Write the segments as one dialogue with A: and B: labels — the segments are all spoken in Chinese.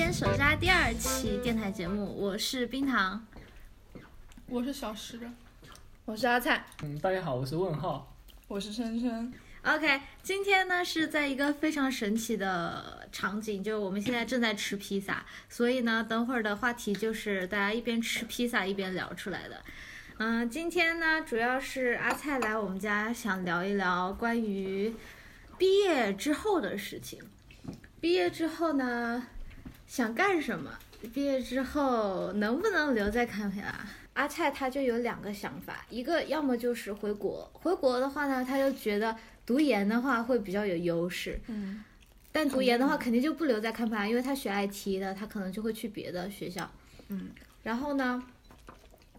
A: 第二期电台节目，我是冰糖，
B: 我是小石，
C: 我是阿菜，
D: 嗯，大家好，我是问号。
B: 我是琛琛。
A: OK，今天呢是在一个非常神奇的场景，就是我们现在正在吃披萨，所以呢，等会儿的话题就是大家一边吃披萨一边聊出来的。嗯，今天呢主要是阿菜来我们家，想聊一聊关于毕业之后的事情。毕业之后呢，想干什么？毕业之后能不能留在堪培拉？阿菜他就有两个想法，一个要么就是回国，回国的话呢，他就觉得读研的话会比较有优势，
B: 嗯，
A: 但读研的话
D: 嗯
A: 肯定就不留在堪培拉，因为他学 IT 的，他可能就会去别的学校。
B: 嗯，
A: 然后呢，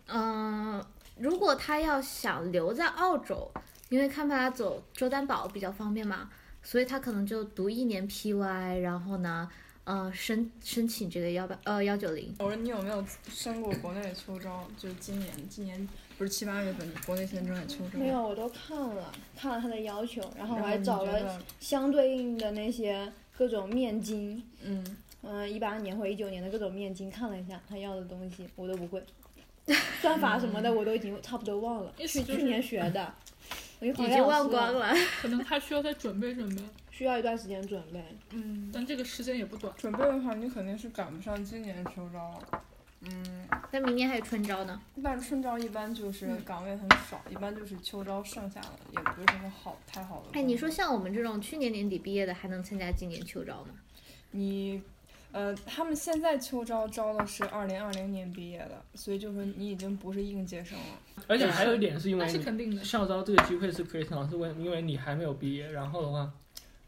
A: 嗯、如果他要想留在澳洲，因为堪培拉走州担保比较方便嘛，所以他可能就读一年 PY，然后呢，呃，申申请这个幺八呃幺九零。
B: 我说你有没有申过国内的秋招？就是今年，今年不是七八月份，你国内现在正在秋招。
C: 没有，我都看了，看了他的要求，然后我
B: 然后
C: 还
B: 你
C: 找
B: 觉
C: 了
B: 得，
C: 相对应的那些各种面经，
B: 嗯，
C: 嗯、1一八年或一九年的各种面经看了一下，他要的东西我都不会，算法什么的我都已经差不多忘了，
E: 意思
C: 去
E: 就是
C: 去年学的，我已
A: 已经忘光
C: 了，
A: 了，
E: 可能他需要再准备准备，
C: 需要一段时间准备。
B: 嗯，
E: 但这个时间也不短。
B: 准备的话，你肯定是赶不上今年秋招了。嗯，
A: 那明年还有春招呢。
B: 但春招一般就是
A: 嗯
B: 岗位很少，一般就是秋招剩下的，也不是什么好太好的。
A: 哎，你说像我们这种去年年底毕业的，还能参加今年秋招吗？
B: 你，呃，他们现在秋招招的是二零二零年毕业的，所以就说你已经不是应届生了。
D: 而且还有一点是因
E: 那
D: 为
E: 是
D: 你
E: 肯定的，
D: 校招这个机会是可以很好，是为因为你还没有毕业。然后的话，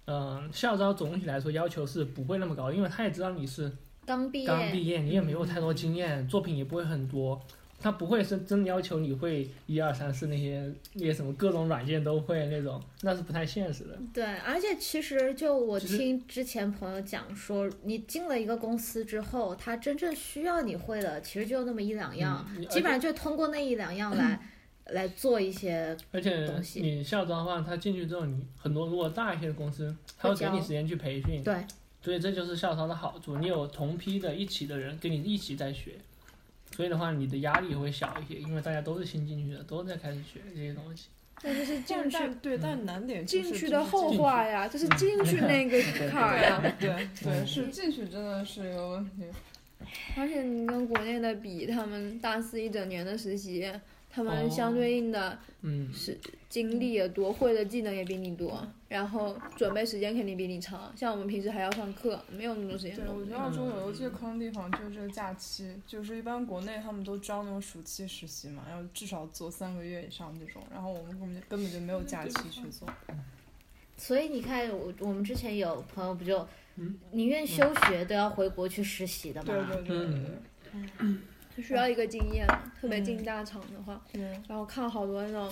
D: 嗯、校招总体来说要求是不会那么高，因为他也知道你是
A: 刚毕业，
D: 刚毕业，你也没有太多经验，作品也不会很多。他不会是真要求你会一二三四那些那些什么各种软件都会那种，那是不太现实的。
A: 对，而且其实就我
D: 其实
A: 听之前朋友讲说，你进了一个公司之后，他真正需要你会的，其实就那么一两样，
D: 嗯你
A: 基本上就通过那一两样来、来做一些。
D: 而且
A: 东西
D: 你校招的话，他进去之后，你很多如果大一些的公司，他会给
A: 教
D: 你时间去培训。
A: 对，
D: 所以这就是校招的好处，你有同批的一起的人跟你一起在学，所以的话你的压力也会小一些，因为大家都是新进去的，都在开始学这些东西。
C: 但就是进
B: 但
C: 去
B: 但对，但难点就
C: 进
B: 是
C: 去
B: 就
C: 的
B: 是
C: 后
D: 进去
C: 话呀，就是进去那个坎儿啊呀。
B: 对对对，
D: 嗯
B: 是进去真的是有问题。
C: 而且你跟国内的比，他们大四一整年的实习，他
D: 哦
C: 们相对应的
D: 嗯，
C: 经历也啊多，会的技能也比你多，然后准备时间肯定比你长。像我们平时还要上课，没有那么多时间
B: 对，我
C: 弄
B: 觉
C: 的。
B: 得澳洲有个最坑的地方就是这个假期，就是一般国内他们都招那种暑期实习嘛，然后至少做三个月以上这种，然后我们根本就根本就没有假期去做。
A: 所以你看，我我们之前有朋友不就
D: 嗯
A: 宁愿休学都要回国去实习的嘛？
B: 对对对对对
D: 嗯
C: 需要一个经验，特别进
B: 嗯
C: 大厂的话，
B: 对。
C: 然后看好多那种，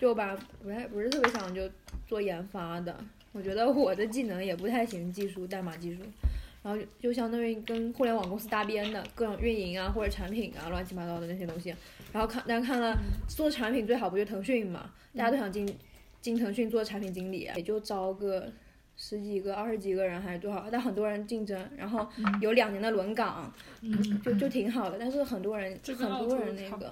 C: 就吧，不太不是特别想就做研发的。我觉得我的技能也不太行，技术代码技术，然后就就相当于跟互联网公司搭边的各种运营啊或者产品啊乱七八糟的那些东西。然后看，但看了做产品最好不就腾讯嘛，大家都想进进腾讯做产品经理，也就招个。十几个、二十几个人还是多少？但很多人竞争，然后有两年的轮岗，
E: 嗯，
C: 就就挺好的。但是很多人，
E: 这跟
C: 很
E: 澳
C: 多
E: 洲
C: 人
E: 差
C: 那
E: 不
C: 个，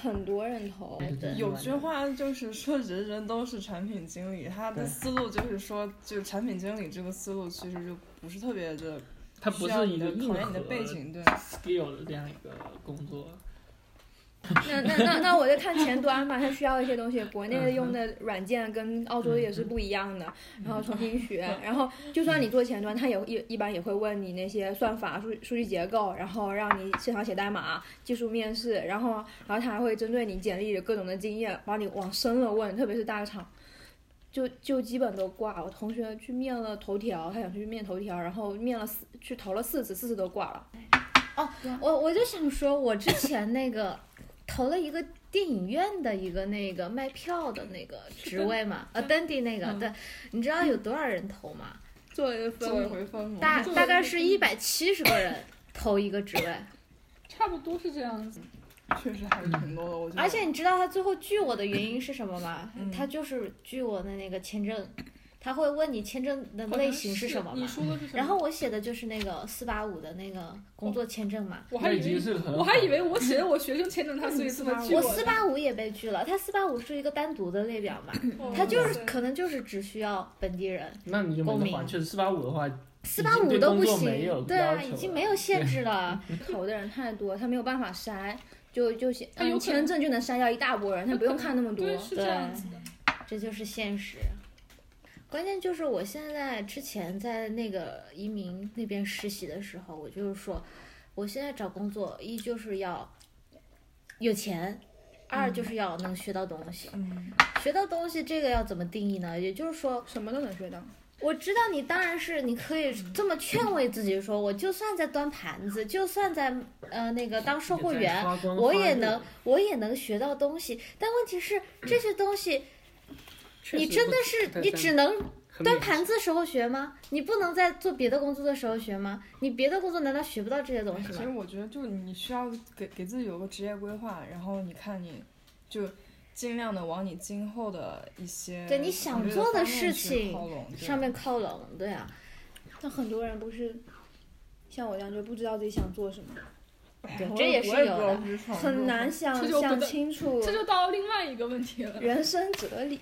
C: 很多人投。
A: 对
B: 有句话就是说，人人都是产品经理，他的
D: 对
B: 思路就是说，就是产品经理这个思路其实就不是特别的，
D: 它不
B: 需要
D: 是一
B: 你
D: 个
B: 的
D: 硬
B: 考验你
D: 核
B: 的背景，对，
D: skill 的这样一个工作。
C: 那那那那我就看前端嘛，它需要一些东西，国内的用的软件跟澳洲的也是不一样的，然后重新学，然后就算你做前端，它也一一般也会问你那些算法、数数据结构，然后让你现场写代码、技术面试，然后然后他还会针对你简历的各种的经验，把你往深了问，特别是大厂。就就基本都挂，我同学去面了头条，他想去面头条，然后面了四，去投了四次，四次都挂了。
A: 我我就想说，我之前那个投了一个电影院的一个那个卖票的那个职位嘛，呃，登记那个，
E: 嗯
A: 对，你知道有多少人投吗？
C: 作为
B: 作为回分母。
A: 大
E: 做
A: 大概
E: 一个
A: 是
E: 工
A: 一百七十个人投一个职位，
E: 差不多是这样子。
B: 确实还是挺多的，
E: 嗯
B: 我觉得。
A: 而且你知道他最后拒我的原因是什么吗
B: 嗯？
A: 他就是拒我的那个签证，他会问你签证的
E: 好像
A: 类型是什么
E: 你
A: 嘛。嗯
E: 说的是什么？
A: 然后我写的就是那个四八五的那个工作签证嘛，
E: 我还
D: 那已
E: 以
D: 经
E: 为
D: 是很好，
E: 我还以为我写的我学生签证，他所以这么
C: 嗯
E: 拒
A: 我
E: 的
A: 四八五也被拒了，他四八五是一个单独的列表嘛，
B: 嗯
E: 哦
A: 他就是
E: 对
A: 可能就是只需要本地人，
D: 那你就没
A: 公
D: 得
A: 民
D: 还。确实四八五的话，
A: 四八五都不
D: 已经对工作没有
A: 行，对
D: 要
A: 啊，
D: 求了
A: 已经没有限制了，
C: 投的人太多，他没有办法筛，就就先
E: 他有
C: 嗯
E: 可能
C: 签证就能筛掉一大波人，他不用看那么多。
E: 对是这样子的。
A: 这就是现实。关键就是我现在之前在那个移民那边实习的时候，我就是说，我现在找工作一就是要有钱，二就是要能学到东西。
B: 嗯，
A: 学到东西这个要怎么定义呢？也就是说，
C: 什么都能学到，
A: 我知道你当然是你可以这么劝慰自己说，我就算在端盘子，就算在呃那个当售货员，我也能我也能学到东西。但问题是这些东西，你真的是你只能端盘子时候学吗？你不能在做别的工作的时候学吗？你别的工作难道学不到这些东西
B: 其实
A: 吗？
B: 我觉得就是你需要给给自己有个职业规划，然后你看你就尽量的往你今后的一些
A: 对你想
B: 考虑
A: 做的
B: 方面
A: 事
B: 去
A: 情
B: 靠拢对
A: 上面靠拢，对啊，
C: 但很多人不是像我这样就不知道自己想做什么，
A: 对
B: 哎我
A: 这也是
B: 我
A: 有
B: 不知道
A: 的
B: 自己想做
C: 很难想
E: 这就不
C: 想
E: 得
C: 清楚
E: 这就到另外一个问题了。
C: 人生哲理。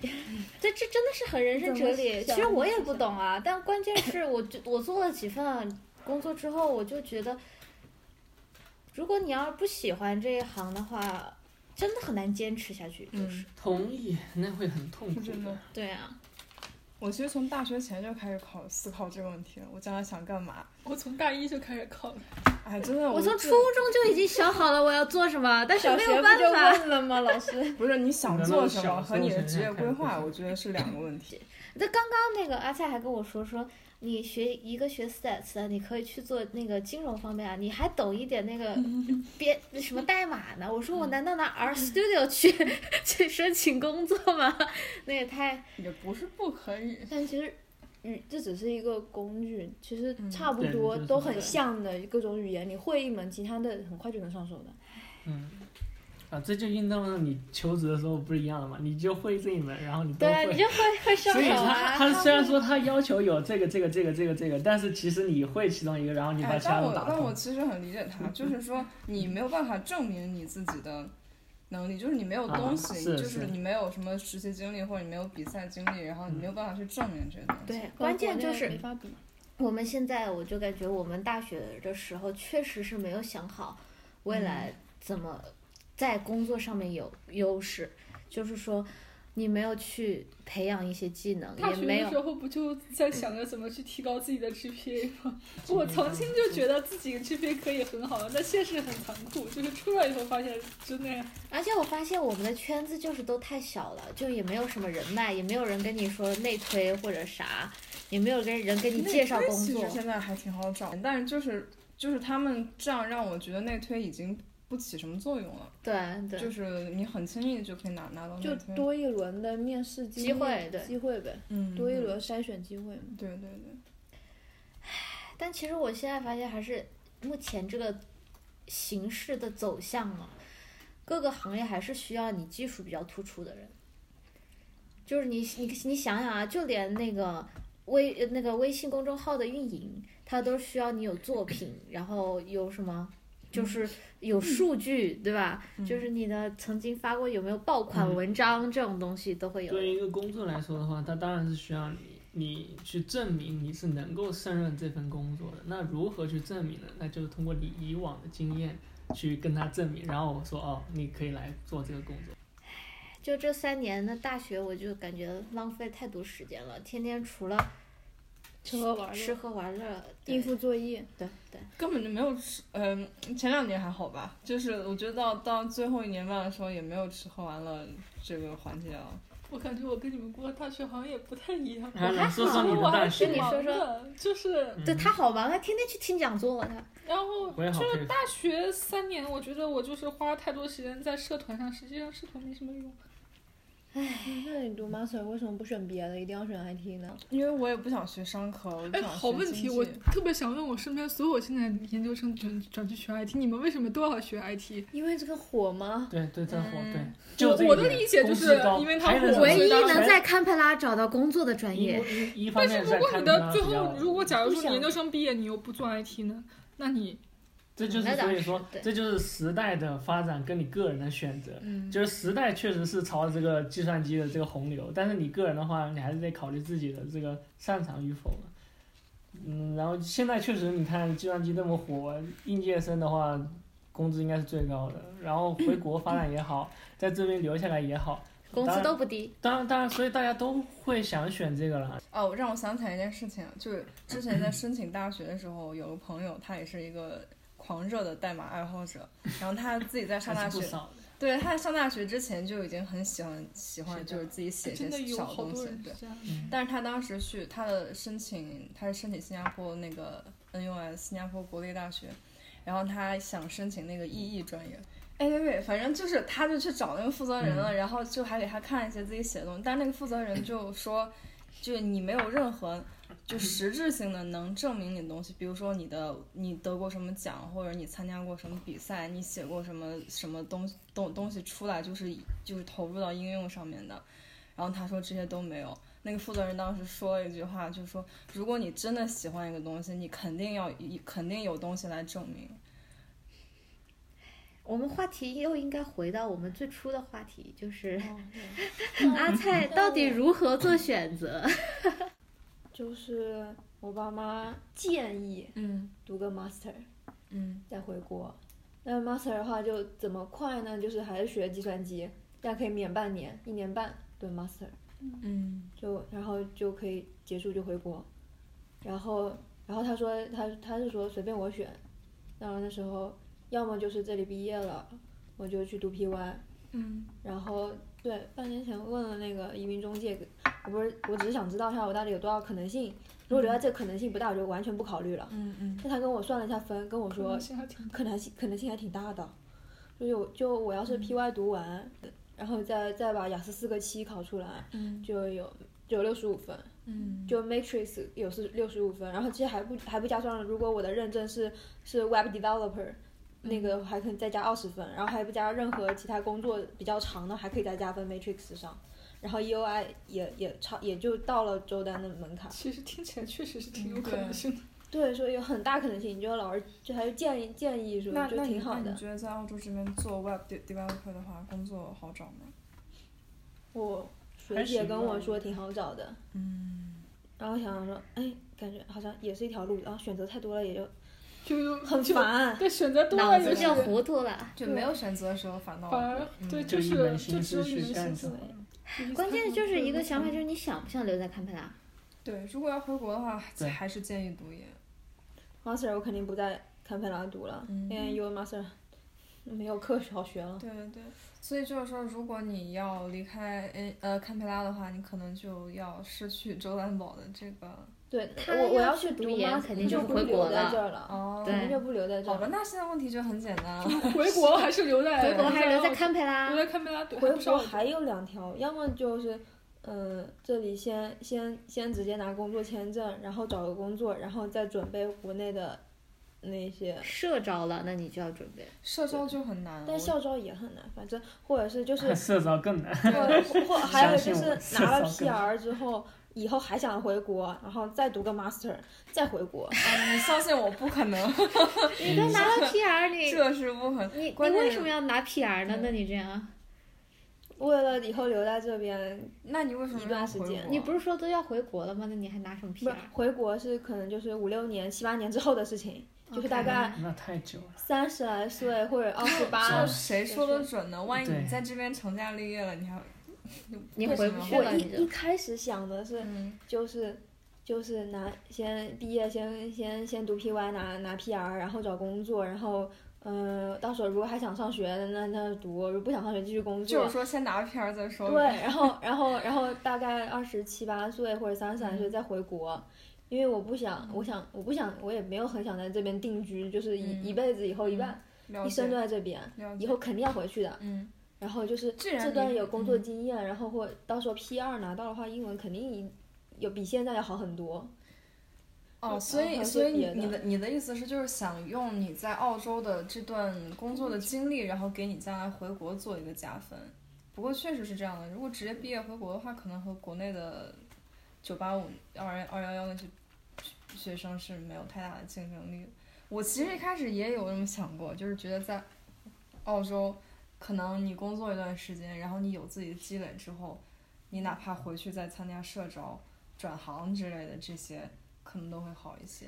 A: 这这真的是很人生哲理。
C: 怎么想
A: 其实我也不懂啊，但关键是我就我做了几份工作之后，我就觉得，如果你要是不喜欢这一行的话，真的很难坚持下去。就是、
B: 嗯，
D: 同意，那会很痛苦
B: 是真的。
A: 对啊，
B: 我其实从大学前就开始考思考这个问题了，我将来想干嘛？
E: 我从大一就开始考了，
B: 哎，真的，
A: 我从初
B: 就
A: 中就已经想好了我要做什么，
E: 哎
A: 但是
C: 小
A: 没
C: 学
A: 有
C: 不
A: 办
C: 就
A: 法。
C: 问了吗？老 师，
B: 不是你想做什么和你的职业规
D: 难道我小时候才开
B: 划，
D: 始
B: 我觉得是两个问题。
A: 那刚刚那个阿菜还跟我说说，你学一个学 stats 的，你可以去做那个金融方面啊，你还懂一点那 个编什么代码呢？我说
D: 嗯
A: 我难道拿 R Studio 去 去申请工作吗？ 那也太……
E: 也不是不可以。
C: 但其实。语这只是一个工具，其实
B: 嗯
C: 差不
D: 对
C: 多
D: 就是
C: 都很像的各种语言，你会一门，其他的很快就能上手的。
D: 嗯，啊，这就应到了你求职的时候不是一样的嘛？你就会这一门，然后你都
A: 对啊，
D: 会。
A: 你就会会上
D: 所以
A: 手
D: 他
A: 啊。
D: 他虽然说他要求有这个这个这个这个这个，但是其实你会其中一个，然后你把
B: 哎，
D: 其他
B: 但
D: 都
B: 我
D: 打
B: 但我
D: 通。
B: 其实很理解他，就是说你没有办法证明你自己的能力，就是你没有
D: 啊
B: 东西，
D: 是
B: 就是你没有什么实习经历或者你没有比赛经历，然后你没有办法去证明这些东西。
A: 对，关键就是
C: 没法比。
A: 我们现在，我就感觉我们大学的时候确实是没有想好未
B: 嗯
A: 来怎么在工作上面有优势，就是说你没有去培养一些技能，
E: 大
A: 也
E: 学
A: 没
E: 的时
A: 有。
E: 候不就在想着怎么去提高自己的 GPA 吗？ 我曾经就觉得自己 GPA 可以很好，但现实很残酷，就是出来以后发现真的
A: 而且我发现我们的圈子就是都太小了，就也没有什么人脉，也没有人跟你说内推或者啥，也没有跟人给你
B: 内
A: 介绍
B: 推
A: 工
B: 其
A: 作
B: 实。现在还挺好找，但是就是就是他们这样让我觉得内推已经不起什么作用了，
A: 对对，
B: 就是你很轻易就可以拿拿到内
C: 就
B: 推。
C: 多一轮的面试经
A: 机会
C: 验
A: 对
C: 机会呗，
B: 嗯，
C: 多一轮筛选机会嘛。
B: 对对对，
A: 但其实我现在发现，还是目前这个形势的走向啊，各个行业还是需要你技术比较突出的人。就是你你你想想啊，就连那个微呃那个微信公众号的运营，它都需要你有作品，然后有什么。就是有
D: 嗯
A: 数据，对吧？就是你的曾经发过有没有爆款
D: 嗯
A: 文章、这种东西都会有。
D: 对于一个工作来说的话，它当然是需要你你去证明你是能够胜任这份工作的。那如何去证明呢？那就是通过你以往的经验去跟他证明，然后我说哦，你可以来做这个工作。
A: 就这三年的大学，我就感觉浪费太多时间了，天天除了
C: 吃喝玩
A: 吃
C: 乐，
A: 喝玩乐，
C: 应付作业，
A: 对对，
B: 根本就没有吃，嗯、前两年还好吧，就是我觉得到到最后一年半的时候也没有吃喝玩乐这个环节了。
E: 我感觉我跟你们过的大学好像也不太一样。
D: 然后你说说
A: 上
D: 你的
E: 我
D: 大
E: 还是
D: 学嗯
A: 跟你，说说
E: 忙的，就是
A: 对他好忙，他天天去听讲座，他
E: 然后
D: 我也好
E: 就
D: 佩
E: 是
D: 服
E: 大学三年，我觉得我就是花太多时间在社团上，实际上社团没什么用。
C: 哎那你读 master 为什么不选别的，一定要选 IT 呢？
B: 因为我也不想学商科，我就
E: 哎，
B: 想
E: 好
B: 学
E: 问
B: 经
E: 题，我
B: 济
E: 特别想问我身边所有现在研究生转转去学 IT，你们为什么都要学 IT？
C: 因为这个火吗？
D: 对对，这火对
B: 嗯，
D: 就
E: 我
D: 这一
E: 我的
D: 点
E: 理解就
D: 工资
E: 是
D: 高
E: 因为它
D: 还有一个
E: 火
D: 是
A: 唯一
E: 当
A: 能
D: 全
A: 在堪培拉找到工作的专业，
D: 一一一方
E: 但是
D: 面
E: 如果
D: 看
E: 你
D: 他
E: 的最
D: 比较
E: 后，如果假
C: 不
E: 如说你
C: 想
E: 研究生毕业，你又不做 IT 呢，那你
D: 这就是
A: 那
D: 所
A: 倒
D: 以
A: 是
D: 说，
A: 对
D: 这就是时代的发展跟你个人的选择。
E: 嗯，
D: 就是时代确实是朝这个计算机的这个洪流，但是你个人的话，你还是得考虑自己的这个擅长与否嘛。嗯，然后现在确实，你看计算机那么火，应届生的话，工资应该是最高的，然后回国发展也好，在这边留下来也好，
A: 工资都不低。
D: 当然当然，所以大家都会想选这个了。
B: 哦，让我想起来一件事情，就是之前在申请大学的时候，有个朋友，他也是一个狂热的代码爱好者，然后他自己在 上大
D: 还是
B: 学
D: 不，少的。
B: 对他在上大学之前就已经很喜欢喜欢，
D: 是的
B: 就是自己写一
E: 真的
B: 些
E: 有
B: 小
E: 好
B: 东
E: 多
B: 西，
E: 人
B: 对
E: 是。这样。
B: 但是他当时去他的申请，他是申请新加坡那个 NUS 新加坡国立大学，然后他想申请那个 EE 专业。哎，对对，反正就是他就去找那个负责人了，然后就还给他看一些自己写的东西，但那个负责人就说，就你没有任何就实质性的能证明你的东西，比如说你的你得过什么奖，或者你参加过什么比赛，你写过什么什么东西东东西出来，就是就是投入到应用上面的。然后他说这些都没有。那个负责人当时说了一句话，就说如果你真的喜欢一个东西，你肯定要肯定有东西来证明。
A: 我们话题又应该回到我们最初的话题，就是
E: 哦 对
C: 嗯
A: 阿菜到底如何做选择？
C: 就是我爸妈建议
B: 嗯
C: 读个 master
B: 嗯
C: 再回国。那 master 的话就怎么快呢？就是还是学计算机，这样可以免半年，一年半对 master。
B: 嗯
C: 就然后就可以结束就回国，然后然后他说他他是说随便我选，然后那时候要么就是这里毕业了，我就去读 PY，
E: 嗯，
C: 然后对半年前问了那个移民中介，我不是我只是想知道一下我到底有多少可能性，如果觉得这个可能性不大，我就完全不考虑了。
B: 嗯嗯
C: 那他跟我算了一下分，跟我
E: 可
C: 说
E: 能性还挺大。
C: 可能性可能性还挺大的，就有就我要是
B: 嗯
C: PY 读完，然后再再把雅思四个七考出来，
B: 嗯
C: 就有就有六十五分。
B: 嗯
C: 就 Matrix 有是六十五分，然后其实还不还不加上，如果我的认证是是 Web Developer，那
B: 嗯
C: 个还可以再加二十分，然后还不加任何其他工作比较长的，还可以再加分 Matrix 上，然后 EOI 也也超也就到了周丹的门槛，
E: 其实听起来确实是挺有
B: 嗯
E: 可
B: 对
E: 能性的。
C: 对，所以有很大可能性，你就老师就还是建议建议说
B: 那
C: 就
B: 那你
C: 挺好
B: 那
C: 的
B: 你，觉得在澳洲这边做 web de- developer 的话，工作好找吗？
C: 我学
D: 还
C: 姐
D: 行
C: 跟
D: 吧
C: 我说挺好找的，
B: 嗯，
C: 然后想想说，哎，感觉好像也是一条路，然后选择太多了也就
E: 就
C: 很
E: 就
C: 烦，
E: 对，选择多
A: 脑
E: 了
A: 子
E: 也是
A: 就糊涂了。
B: 就没有选择的时候啊反倒
E: 反而对，
B: 嗯
E: 就
D: 就一
E: 是
D: 门
E: 就
D: 心
E: 只有
D: 思
E: 一
D: 去
E: 门
D: 干
E: 心思
D: 什么。
A: 关键就是一个想法，就是你想不想留在堪培拉？
B: 对，如果要回国的话，
D: 对
B: 还是建议读研。
C: master 我肯定不在堪培拉读了，
B: 嗯
C: 因为 U master 没有课好学了。
B: 对对对，所以就是说，如果你要离开呃呃堪培拉的话，你可能就要失去 周担保的这个
C: 对，
A: 他
C: 我我
A: 要
C: 要
A: 去
C: 去
A: 读
C: 读
A: 研
C: master
A: 肯定
C: 就是不
A: 回
C: 留
A: 国
C: 在
A: 了
C: 这儿了，
B: 哦
C: 肯
A: 对
C: 定就不留在这
B: 好
C: 儿
B: 吧，
C: 了。
B: 那现在问题就很简 单了。
E: 回国还是留在
A: 回国还是留在啊堪培拉
E: 留？在堪培拉对，
C: 回
E: 还不是澳
C: 国
E: 洲
C: 还有两条，要么就是，呃，这里先先先直接拿工作签证，然后找个工作，然后再准备国内的那些。
A: 社招了，那你就要准备。
B: 社交就很难，
C: 但校招也很难，反正或者 是就是
D: 社招更难，
C: 或或还有就
D: 相信我
C: 是拿了
D: 至少
C: PR 之后，以后还想回国，然后再读个 master，再回国。
B: 啊你相信我不可 能，
A: 你都拿了 PR，你
B: 这是不可能。
A: 你你
B: 关键
A: 为什么要拿 PR 呢？那你这样，啊
C: 为了以后留在这边，
B: 那你为什么
C: 一段
B: 要
C: 时
B: 回
C: 间
B: 国
A: 你不是说都要回国了吗？那你还拿什么
C: 不是
A: PR？
C: 回国是可能就是五六年、七八年之后的事情，就是大
A: OK
C: 概
D: 那太久了。
C: 三十来岁或者二十
B: 那
E: 哦
C: 八。
B: 啊谁说的准呢？万一
D: 对
B: 你在这边成家立业了，你 还
A: 你
B: 为
A: 回
B: 什
A: 不
B: 么
A: 去
C: 我
A: 了，
C: 一
A: 你
C: 一
A: 就
C: 开始想的是，
B: 嗯
C: 就是就是拿先毕业先先先读 PY 拿拿 PR，然后找工作，然后嗯、呃到时候如果还想上学，那那就读；如果不想上学，继续工作。
B: 就是说先拿片儿再说。
C: 对，，然后然后然后大概二十七八岁或者三十来
B: 嗯
C: 岁再回国，因为我不想，我想我不想，我也没有很想在这边定居，就是一、
B: 嗯
C: 一辈子以后
B: 嗯
C: 一半、
B: 了
C: 一生都
B: 解，
C: 在这边，
B: 了
C: 以
B: 解。
C: 后肯定要回去的。
B: 嗯
C: 然后就是
B: 既然
C: 这段
B: 你嗯
C: 有工作经验，然后或到时候 P 二拿到的话，英文肯定有比现在要好很多。
B: 哦，所
C: 还
B: 以
C: 有
B: 所以
C: 别
B: 你你
C: 的
B: 的你的意思是，就是想用你在澳洲的这段工作的
C: 嗯
B: 经历，然后给你将来回国做一个加分。不过确实是这样的，如果直接毕业回国的话，可能和国内的九八五、二二幺幺那些学生是没有太大的竞争力的。我其实一开始也有这么想过，就是觉得在澳洲，可能你工作一段时间，然后你有自己的积累之后，你哪怕回去再参加社招、转行之类的这些，可能都会好一些。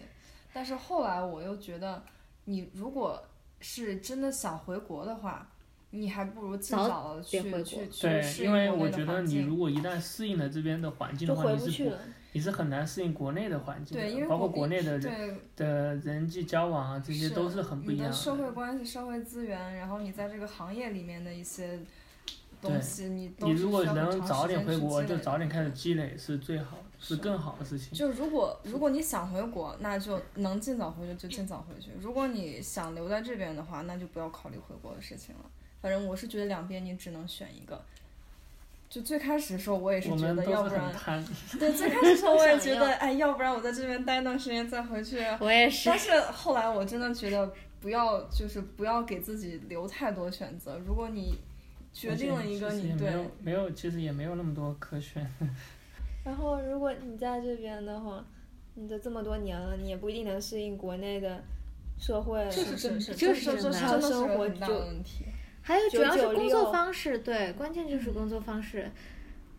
B: 但是后来我又觉得，你如果是真的想回国的话，你还不如尽
A: 早
B: 早的去
A: 点回
B: 去
A: 国
B: 去
D: 对，
B: 适
D: 因
B: 应
D: 为
B: 国内
D: 我
B: 的
D: 觉得
B: 环
D: 你
B: 境
D: 如果一旦适应了这边的环境
C: 就
D: 的话，
C: 回
D: 你
C: 不
D: 是
C: 去
D: 不
C: 了。
D: 你是很难适应国内的环境的，
B: 对因为
D: 包括
B: 国
D: 国内的人
B: 对
D: 的人际交往啊，这些
B: 是
D: 都是很不一
B: 你
D: 样
B: 的社会关系、社会资源，然后你在这个行业里面的一些东
D: 对
B: 西，你都
D: 你
B: 是
D: 如果
B: 需要很
D: 能
B: 长
D: 早
B: 时
D: 点
B: 间
D: 回
B: 去
D: 国，
B: 积
D: 就
B: 累
D: 早
B: 的
D: 点开始积累是最好，是
B: 是
D: 更好的事情。
B: 就如果如果你想回国，那就能尽早回去就尽早回去；如果你想留在这边的话，那就不要考虑回国的事情了。反正我是觉得两边你只能选一个。就最开始的时候，我也是
D: 我
B: 觉
D: 们
B: 得，
D: 都
B: 要
D: 是
B: 不然
D: 很贪，
B: 对最开始的时候我也觉
A: 想
B: 得，哎，要不然我在这边待一段时间再回 去。
A: 我也是
B: 但，是后来我真的觉得，不要就是不要给自己留太多选择。如果你决
D: 而且
B: 定 了一个
D: 其实
B: 你
D: 也没
B: 对
D: 有没有，其实也没有那么多可选。
C: 然后，如果你在这边的话，你都这么多年了，你也不一定能适应国内的社会。
E: 这是真
B: 是
E: 是
A: 这
B: 这
A: 是
B: 这
A: 真的
B: 是真的是
C: 生
B: 个
C: 活
B: 很大
C: 就
B: 的问题。
A: 还有主要是工作
C: 996
A: 方式，对，关键就是工作方式。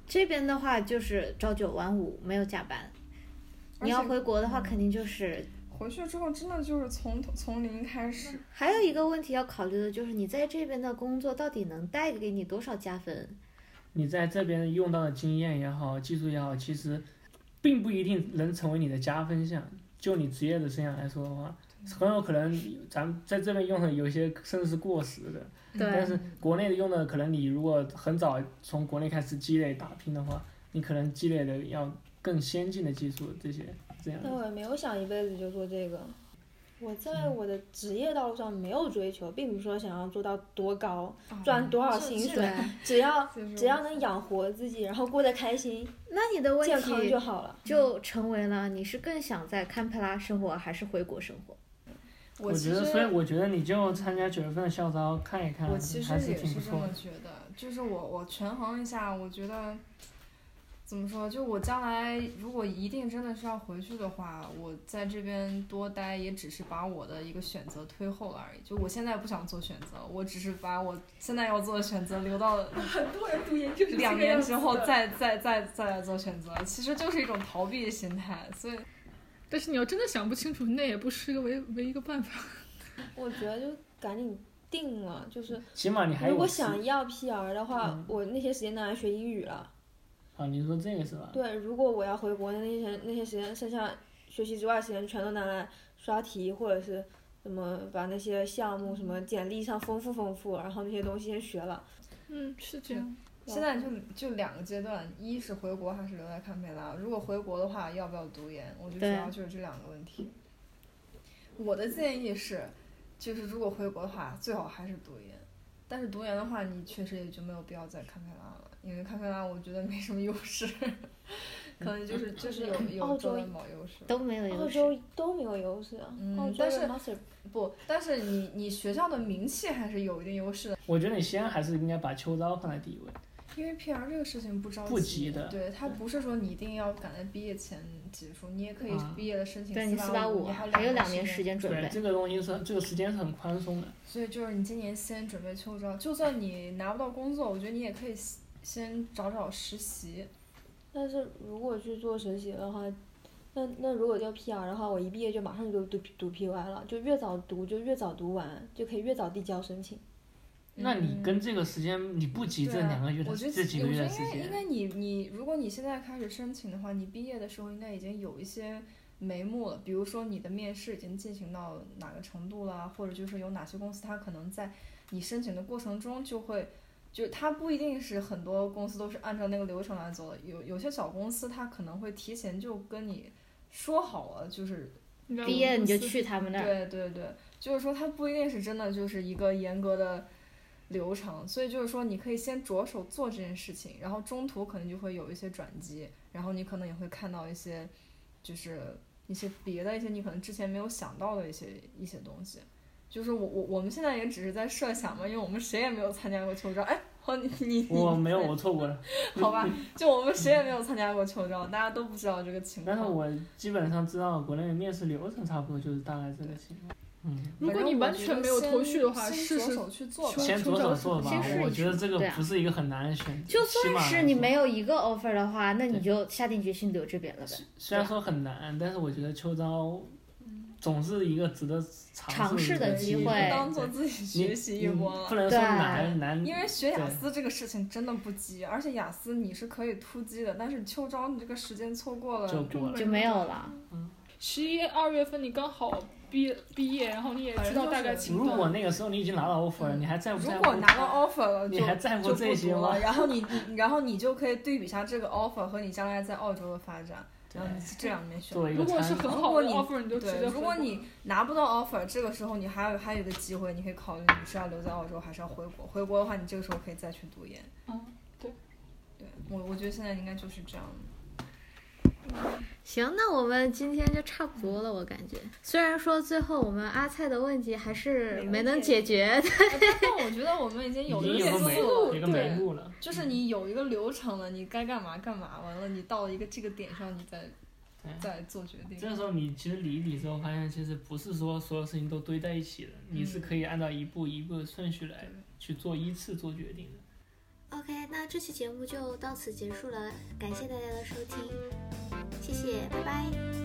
A: 这边的话就是朝九晚五，没有加班。你要
B: 而且
A: 回国的话，肯定就是
B: 回去之后真的就是从从零开始，
A: 还有一个问题要考虑的就是你在这边的工作到底能带给你多少加分？
D: 你在这边用到的经验也好，技术也好，其实并不一定能成为你的加分项。就你职业的生涯来说的话，很有可能咱们在这边用的有些甚至是过时的，但是国内的用的可能你如果很早从国内开始积累打拼的话，你可能积累的要更先进的技术这些这样。
C: 但我也没有想一辈子就做这个。我在
D: 嗯
C: 我的职业道路上没有追求，并不是说想要做到多高、赚多少薪水，只要
B: 啊
D: 嗯
B: 就是
C: 只要能养活自己，然后过得开心、
A: 那你的问
C: 健康
A: 题
C: 就好了。
A: 就成为了你是更想在堪培拉生活还是回国生活？
B: 我其
D: 觉得，
B: 实
D: 所以我觉得你就参加九月份的校招看一看，
B: 我其实
D: 还
B: 也
D: 挺不
B: 是这
D: 错
B: 么
D: 的。
B: 觉得，就是我我权衡一下，我觉得怎么说，就我将来如果一定真的是要回去的话，我在这边多待也只是把我的一个选择推后了而已。就我现在不想做选择，我只是把我现在要做的选择留到
E: 很多人读研究生
B: 两年之后再再再再来做选择，其实就是一种逃避的心态。所以
E: 但是你要真的想不清楚，那也不是一个唯唯一个办法。
C: 我觉得就赶紧定了，就是
D: 起码你还有
C: 如果
D: 时
C: 想要 PR 的话，
D: 嗯
C: 我那些时间拿来学英语了。
D: 啊，你说这个是吧？
C: 对，如果我要回国的那些那些时间，剩下学习之外的时间全都拿来刷题，或者是什么把那些项目什么
B: 嗯
C: 简历上丰富丰富，然后那些东西先学了。
E: 嗯，是这样。
B: 现在就就两个阶段，一是回国还是留在堪培拉。如果回国的话，要不要读研？我觉得
A: 对
B: 主要就是这两个问题。我的建议是，就是如果回国的话，最好还是读研。但是读研的话，你确实也就没有必要在堪培拉了，因为堪培拉我觉得没什么优势， 可能就是就是有有
C: 澳
B: 周
C: 洲
B: 文保优势。
A: 都没有
C: 澳
A: 优势。
C: 洲都没有优势啊，
B: 嗯
C: 澳洲
B: 但是
C: 的 master
B: 不，但是你你学校的名气还是有一定优势的，
D: 我觉得你先还是应该把秋招放在第一位。
B: 因为 PR 这个事情不着急，
D: 不急的
B: 对他不是说你一定要赶在毕业前结束，你也可以
D: 啊
B: 毕业的申请
A: 对你
B: 四
A: 四八
B: 五，
A: 五
B: 你还
A: 还有两年
B: 年
A: 时，间准
D: 对，
A: 备，
D: 这个东西是这个时间是很宽松的。
B: 所以就是你今年先准备秋招，就算你拿不到工作，我觉得你也可以先先找找实习。
C: 但是如果去做实习的话，那那如果叫 PR 的话，我一毕业就马上就读读 PY 了，就越早读就越早读完，就可以越早递交申请。
D: 那你
B: 嗯
D: 跟这个时间，你不急这
A: 啊
D: 两个月的、
B: 我觉得
D: 这几个月的
B: 我
D: 时
B: 觉得应该应
D: 间，
B: 该你你，如果你现在开始申请的话，你毕业的时候应该已经有一些眉目了，比如说你的面试已经进行到哪个程度啦，或者就是有哪些公司它可能在你申请的过程中就会。就是它不一定是很多公司都是按照那个流程来走的，有有些小公司它可能会提前就跟你说好了，就是
E: 你知道
A: 毕业
E: 我们
A: 你就
E: 公司
A: 去他们那儿。
B: 对对对，就是说它不一定是真的就是一个严格的流程，所以就是说，你可以先着手做这件事情，然后中途可能就会有一些转机，然后你可能也会看到一些，就是一些别的一些你可能之前没有想到的一些一些东西。就是我我我们现在也只是在设想嘛，因为我们谁也没有参加过秋招，哎，好你你你
D: 我没有，我错过了。
B: 好 吧，就我们谁也没有参加过秋招，大家都不知道这个情
D: 但是
B: 况。
D: 我基本上知道国内的面试流程，差不多就是大概这个情况。嗯，
E: 如果你完全没有头绪的话，
B: 反正我觉
E: 试
B: 得先先
E: 试
B: 着手去做吧。
D: 先着手做吧
A: 先试一，试
D: 我觉得这个
A: 对啊
D: 不是一个很难的选择。
A: 就
D: 起
A: 算
D: 码来
A: 是你
D: 说
A: 没有一个 offer 的话，那你就下定决心留这边了呗。
D: 虽然说很难，但是我觉得秋招总是一个值得
A: 尝试
D: 试
A: 的机
D: 机
A: 会
B: 当做自己
D: 你
B: 学习一
D: 嗯
B: 波。
D: 不能
A: 对
D: 说难难，
B: 因为学雅思这个事情真的不急，而且雅思你是可以突击的，但是秋招你这个时间错过
D: 就
B: 了，
D: 过了。
A: 就没有了。
E: 十一二月份你刚好毕毕业，然后你也知道大概情
D: 如
E: 况。
D: 果那个时候你已经拿到 offer 了，你还在不
B: 如
D: 在
B: 果
D: 乎？
B: 拿到 offer 了，
D: 你
B: 就
D: 还在乎
B: 就
D: 这
B: 不
D: 些
B: 读
D: 吗
B: 了。然后你你然后你就可以对比一下这个 offer 和你将来在澳洲的发展，
D: 对
B: 然后你是这两边选
D: 作。为一
E: 如
D: 个
E: 果是
D: 参考，
E: 很好的
B: 如果
E: offer，你就直
B: 对，
E: 接回国。
B: 如果你拿不到 offer，这个时候你还有还有一个机会，你可以考虑你是要留在澳洲还是要回国。回国的话，你这个时候可以再去读研。
E: 嗯，对。
B: 对我我觉得现在应该就是这样的。
A: 行，那我们今天就差不多了，我感觉。虽然说最后我们阿菜的问题还是没能解决，
B: 但我觉得我们已经有
D: 已
B: 一
D: 经有
B: 思
D: 个眉
B: 路了，
D: 有
E: 对
D: 个眉目了。
B: 就是你有一个流程了，你该干嘛干嘛，完了你到了一个这个点上，你再
D: 对
B: 再做决定。
D: 这个时候你其实理一理之后，发现其实不是说所有事情都堆在一起的，你
B: 嗯
D: 是可以按照一步一步的顺序来去做依次做决定的。
F: OK，那这期节目就到此结束了，感谢大家的收听，谢谢，拜拜。